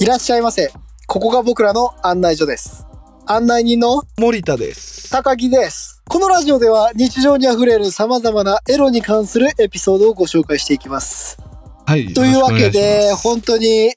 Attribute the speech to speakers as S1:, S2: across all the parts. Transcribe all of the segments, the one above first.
S1: いらっしゃいませ。ここが僕らの案内所です。案内人の
S2: 森田です。
S1: 高木です。このラジオでは日常にあふれる様々なエロに関するエピソードをご紹介していきます。
S2: はい。
S1: というわけで、
S2: よろしくお願いします
S1: 本当に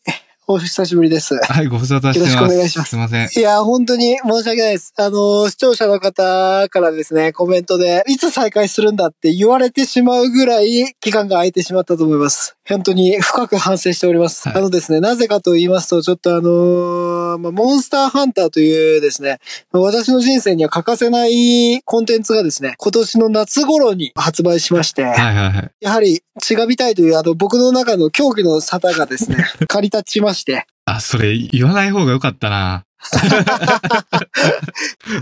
S1: お久しぶりです。
S2: はい、ご無沙汰してます。
S1: よろしくお願いします
S2: すいません。
S1: いや、本当に申し訳ないです。あの、視聴者の方からですね、コメントで、いつ再開するんだって言われてしまうぐらい期間が空いてしまったと思います。本当に深く反省しております。
S2: はい
S1: あのですね、なぜかと言いますと、ちょっとあのーまあモンスターハンターというですね、まあ私の人生には欠かせないコンテンツがですね、今年の夏頃に発売しまして、
S2: はいはいはい。
S1: やはり血が見たいという、あの、僕の中の狂気の沙汰が ですね、借り立ちまして、
S2: あ、それ言わない方がよかっ たな。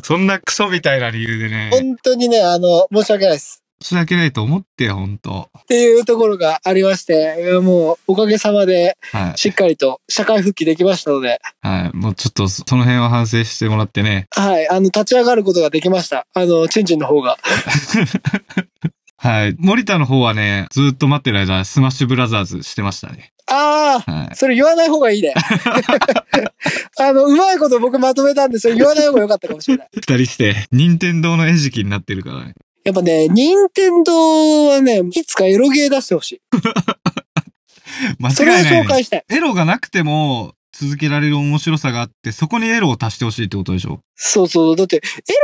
S2: そんなクソみたいな理由でね、
S1: 本当にね、あの、申し訳ないです。
S2: 申し訳ないと思ってよ、本当
S1: っていうところがありまして、もうおかげさまで
S2: はい。
S1: しっかりと社会復帰できましたので、
S2: はい。もうちょっとそその辺は反省してもらってね。
S1: はい、あの、立ち上がることができました。あの、チンチンの方が。
S2: はい。森田の方はね、ずっと待ってる間、スマッシュブラザーズしてましたね。
S1: あ
S2: は
S1: あ、それ言わない方がいいね。あの、うまいこと僕まとめたんで、それ言わない方が良かったかもしれない。
S2: い。二人して、任天堂の餌食になってるからね。
S1: やっぱね、任天堂はね、いつかエロゲー出してほし
S2: 間
S1: い。それを
S2: 違いない、
S1: 紹
S2: ね。
S1: 介したい。
S2: エロがなくても、続けられる面白さがあって、そこにエロを足してほしいってことでしょ
S1: そうそう。だって、エ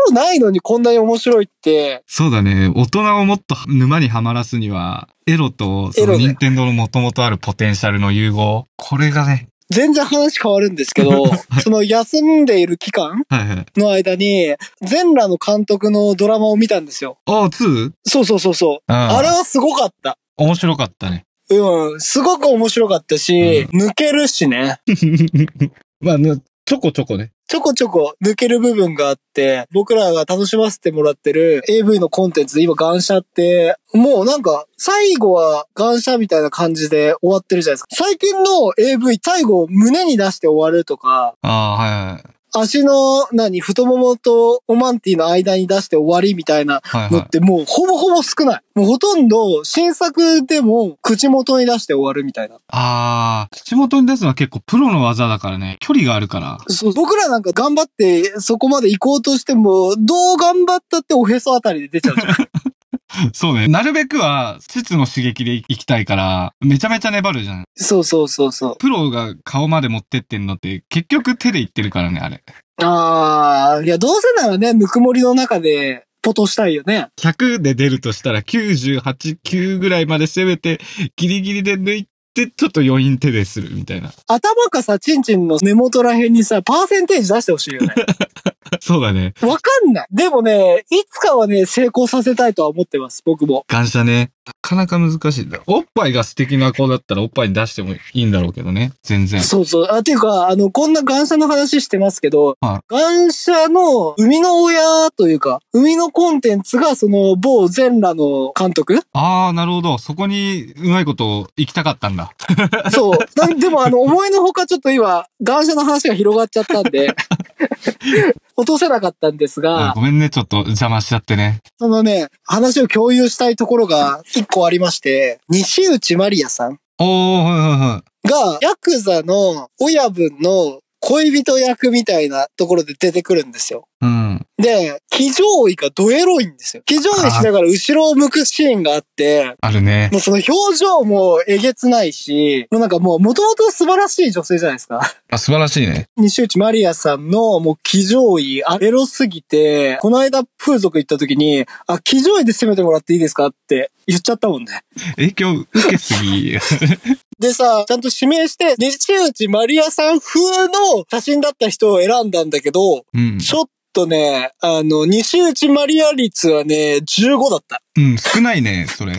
S1: ロないのにこんなに面白いって、
S2: そうだね。大人をもっと沼にはまらすには、エロと、そ
S1: エロ
S2: の、
S1: ね
S2: 任天堂のもともとあるポテンシャルの融合。これがね。
S1: 全然話変わるんですけど、その休んでいる期間
S2: はいはい。
S1: の間に、全裸の監督のドラマを見たんですよ。
S2: おー、2?
S1: そうそうそうそう。
S2: あ
S1: あれはすごかった。
S2: 面白かったね。
S1: うん、すごく面白かったし、抜けるしね。
S2: まあ、ねちょこちょこね。
S1: ちょこちょこ抜ける部分があって、僕らが楽しませてもらってる AV のコンテンツ、今、ガンシャって、もうなんか、最後はガンシャみたいな感じで終わってるじゃないですか。最近の AV、最後、胸に出して終わるとか、
S2: ああー、はいはい。
S1: 足の、何、太ももとオマンティの間に出して終わりみたいな
S2: はい
S1: の
S2: は
S1: っ
S2: い。
S1: てもうほぼほぼ少ない。もうほとんど新作でも口元に出して終わるみたいな。
S2: ああ、口元に出すのは結構プロの技だからね。距離があるから。
S1: そう僕らなんか頑張ってそこまで行こうとしても、どう頑張ったっておへそあたりで出ちゃうじゃん。
S2: そうね。なるべくは、膣の刺激で行きたいから、めちゃめちゃ粘るじゃん。
S1: そうそうそうそ
S2: プロが顔まで持ってってんのって、結局手で行ってるからね、あれ。
S1: う。ああ、いやどうせならね、ぬくもりの中でポトしたいよね。
S2: 100で出るとしたら98、9ぐらいまで攻めて、ギリギリで抜いて、ちょっと余韻手でするみたいな。
S1: 頭かさ、チンチンの根元ら辺にさ、パーセンテージ出してほしいよ ね。
S2: そうだね。
S1: わかんない。でもね、いつかはね、成功させたいとは思ってます、僕も。
S2: 感謝ね。なかなか難しいんだ。おっぱいが素敵な子だったらおっぱいに出してもいいんだろうけどね。全然。
S1: そうそう。あ、ていうか、あの、こんなガンシャの話してますけど、
S2: は
S1: ガンシャの生みの親というか、生みのコンテンツが、その、某全裸の監 督
S2: ああ、なるほど。そこにうまいこと行きたかったんだ。
S1: そう。なんでも、あの、思いのほかちょっと今、ガンシャの話が広がっちゃったん で、落とせなかったんです
S2: うん
S1: が、
S2: ごめんね。ちょっと邪魔しちゃってね。
S1: そのね、話を共有したいところが一個ありまして、西内まりやさん
S2: おー、はいはいはい。
S1: が、ヤクザの親分の恋人役みたいなところで出てくるんですよ。
S2: うん。
S1: で、騎乗位がドエロいんですよ。騎乗位しながら後ろを向くシーンがあって、
S2: あるね。
S1: もうその表情もえげつないし、もうなんかもう元々素晴らしい女性じゃないですか。
S2: あ、素晴らしいね。
S1: 西内まりやさんのもう騎乗位、あ、エロすぎて、この間風俗行った時に、あ、騎乗位で攻めてもらっていいですかって言っちゃったもんね。
S2: 影響受けすぎ。
S1: でさ、ちゃんと指名して、西内まりやさん風の写真だった人を選んだんだけど、
S2: うん。
S1: ちょっとね、あの、西内まりや率はね、15だった。
S2: うん、少ないね、それ。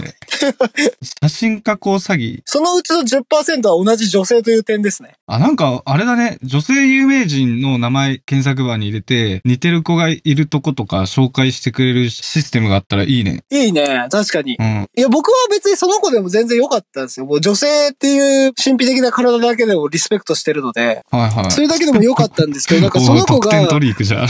S2: 写真加工詐欺。
S1: そのうちの10%は同じ女性という点ですね。
S2: あ、なんか、あれだね。女性有名人の名前検索バーに入れて、似てる子がいるとことか紹介してくれるシステムがあったらいいね。
S1: いいね。確かに。
S2: うん。
S1: いや、僕は別にその子でも全然良かったんですよ。もう女性っていう神秘的な体だけでもリスペクトしてるので、
S2: はいは い。
S1: それだけでも良かったんですけど、なんかその子
S2: お得点
S1: が、
S2: 取り行くじゃん。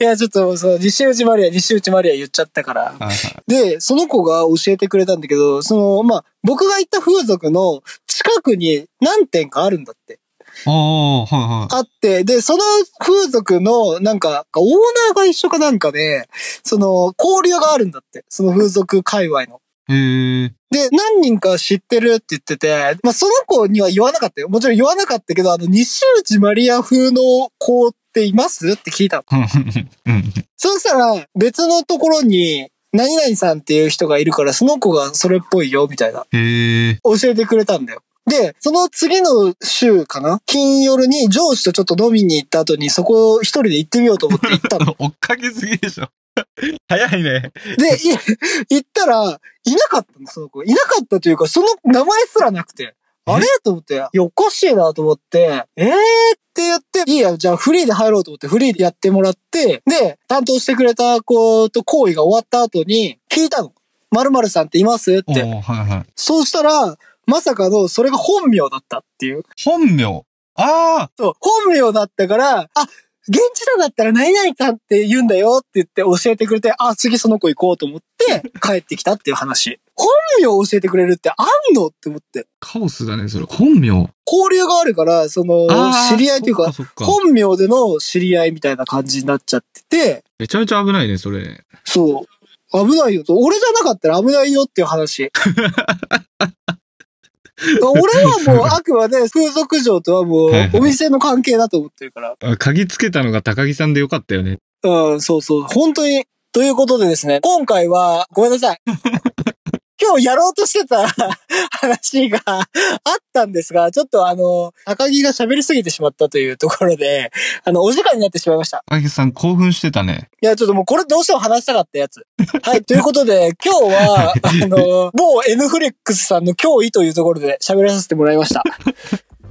S1: いや、ちょっと、その、西内マリア、西内マリア言っちゃったから。
S2: はいはい
S1: で、その子が教えてくれたんだけど、その、まあ、僕が行った風俗の近くに何店かあるんだって。
S2: ああ、はいはい。
S1: あって、で、その風俗の、なんか、オーナーが一緒かなんかで、その、交流があるんだって。その風俗界隈の。
S2: へえ。
S1: で、何人か知ってるって言ってて、まあ、その子には言わなかったよ。もちろん言わなかったけど、あの、西内マリア風の子っていますって聞いたの。
S2: うん。
S1: そうしたら、別のところに、何々さんっていう人がいるから、その子がそれっぽいよ、みたいな。
S2: へ え。
S1: 教えてくれたんだよ。で、その次の週かな金曜日に上司とちょっと飲みに行った後に、そこを一人で行ってみようと思って行った の。
S2: 追っかけすぎでしょ。早いね。
S1: で、い行ったら、いなかったの、その子。いなかったというか、その名前すらなくて。あれと思って、いや、おかしいなと思って、えーって言って、いいや、じゃあフリーで入ろうと思って、フリーでやってもらって、で、担当してくれた子と行為が終わった後に、聞いたの。〇〇さんっていますっ
S2: お
S1: て。
S2: ーはいはい。
S1: そうしたら、まさかの、それが本名だったっていう。
S2: 本名。ああ、
S1: そう、本名だったから、あ、現地だったら何々かって言うんだよって言って教えてくれて、あ、次その子行こうと思 って帰ってきたっていう話。本名を教えてくれるってあんのって思って。
S2: カオスだね、それ。本名。
S1: 交流があるから、その
S2: あ、
S1: 知
S2: ー
S1: り合いというか、
S2: そっかそっか。
S1: 本名での知り合いみたいな感じになっちゃってて、
S2: めちゃめちゃ危ないね、それ。
S1: そう。危ないよと。俺じゃなかったら危ないよっていう話。 俺はもうあくまで風俗嬢とはもう
S2: はいはい
S1: お店の関係だと思ってるから。
S2: あ鍵つけたのが高木さんでよかったよね。
S1: うん、そうそう。本当に。ということでですね、今回は、ごめんなさい。今日やろうとしてた話があったんですが、ちょっとあの、高木が喋りすぎてしまったというところで、あの、お時間になってしまいました。
S2: 高木さん興奮してたね。
S1: いや、ちょっともうこれどうしても話したかったやつ。はい、ということで、今日は、あの、某 N フレックスさんの脅威というところで喋らさせてもらいました。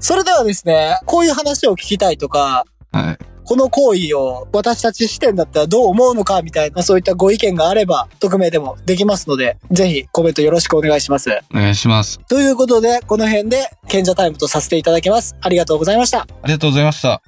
S1: それではですね、こういう話を聞きたいとか、
S2: はい。
S1: この行為を私たち視点だったらどう思うのかみたいなそういったご意見があれば匿名でもできますのでぜひコメントよろしくお願いします。
S2: お願いします。
S1: ということでこの辺で賢者タイムとさせていただきます。ありがとうございました。
S2: ありがとうございました。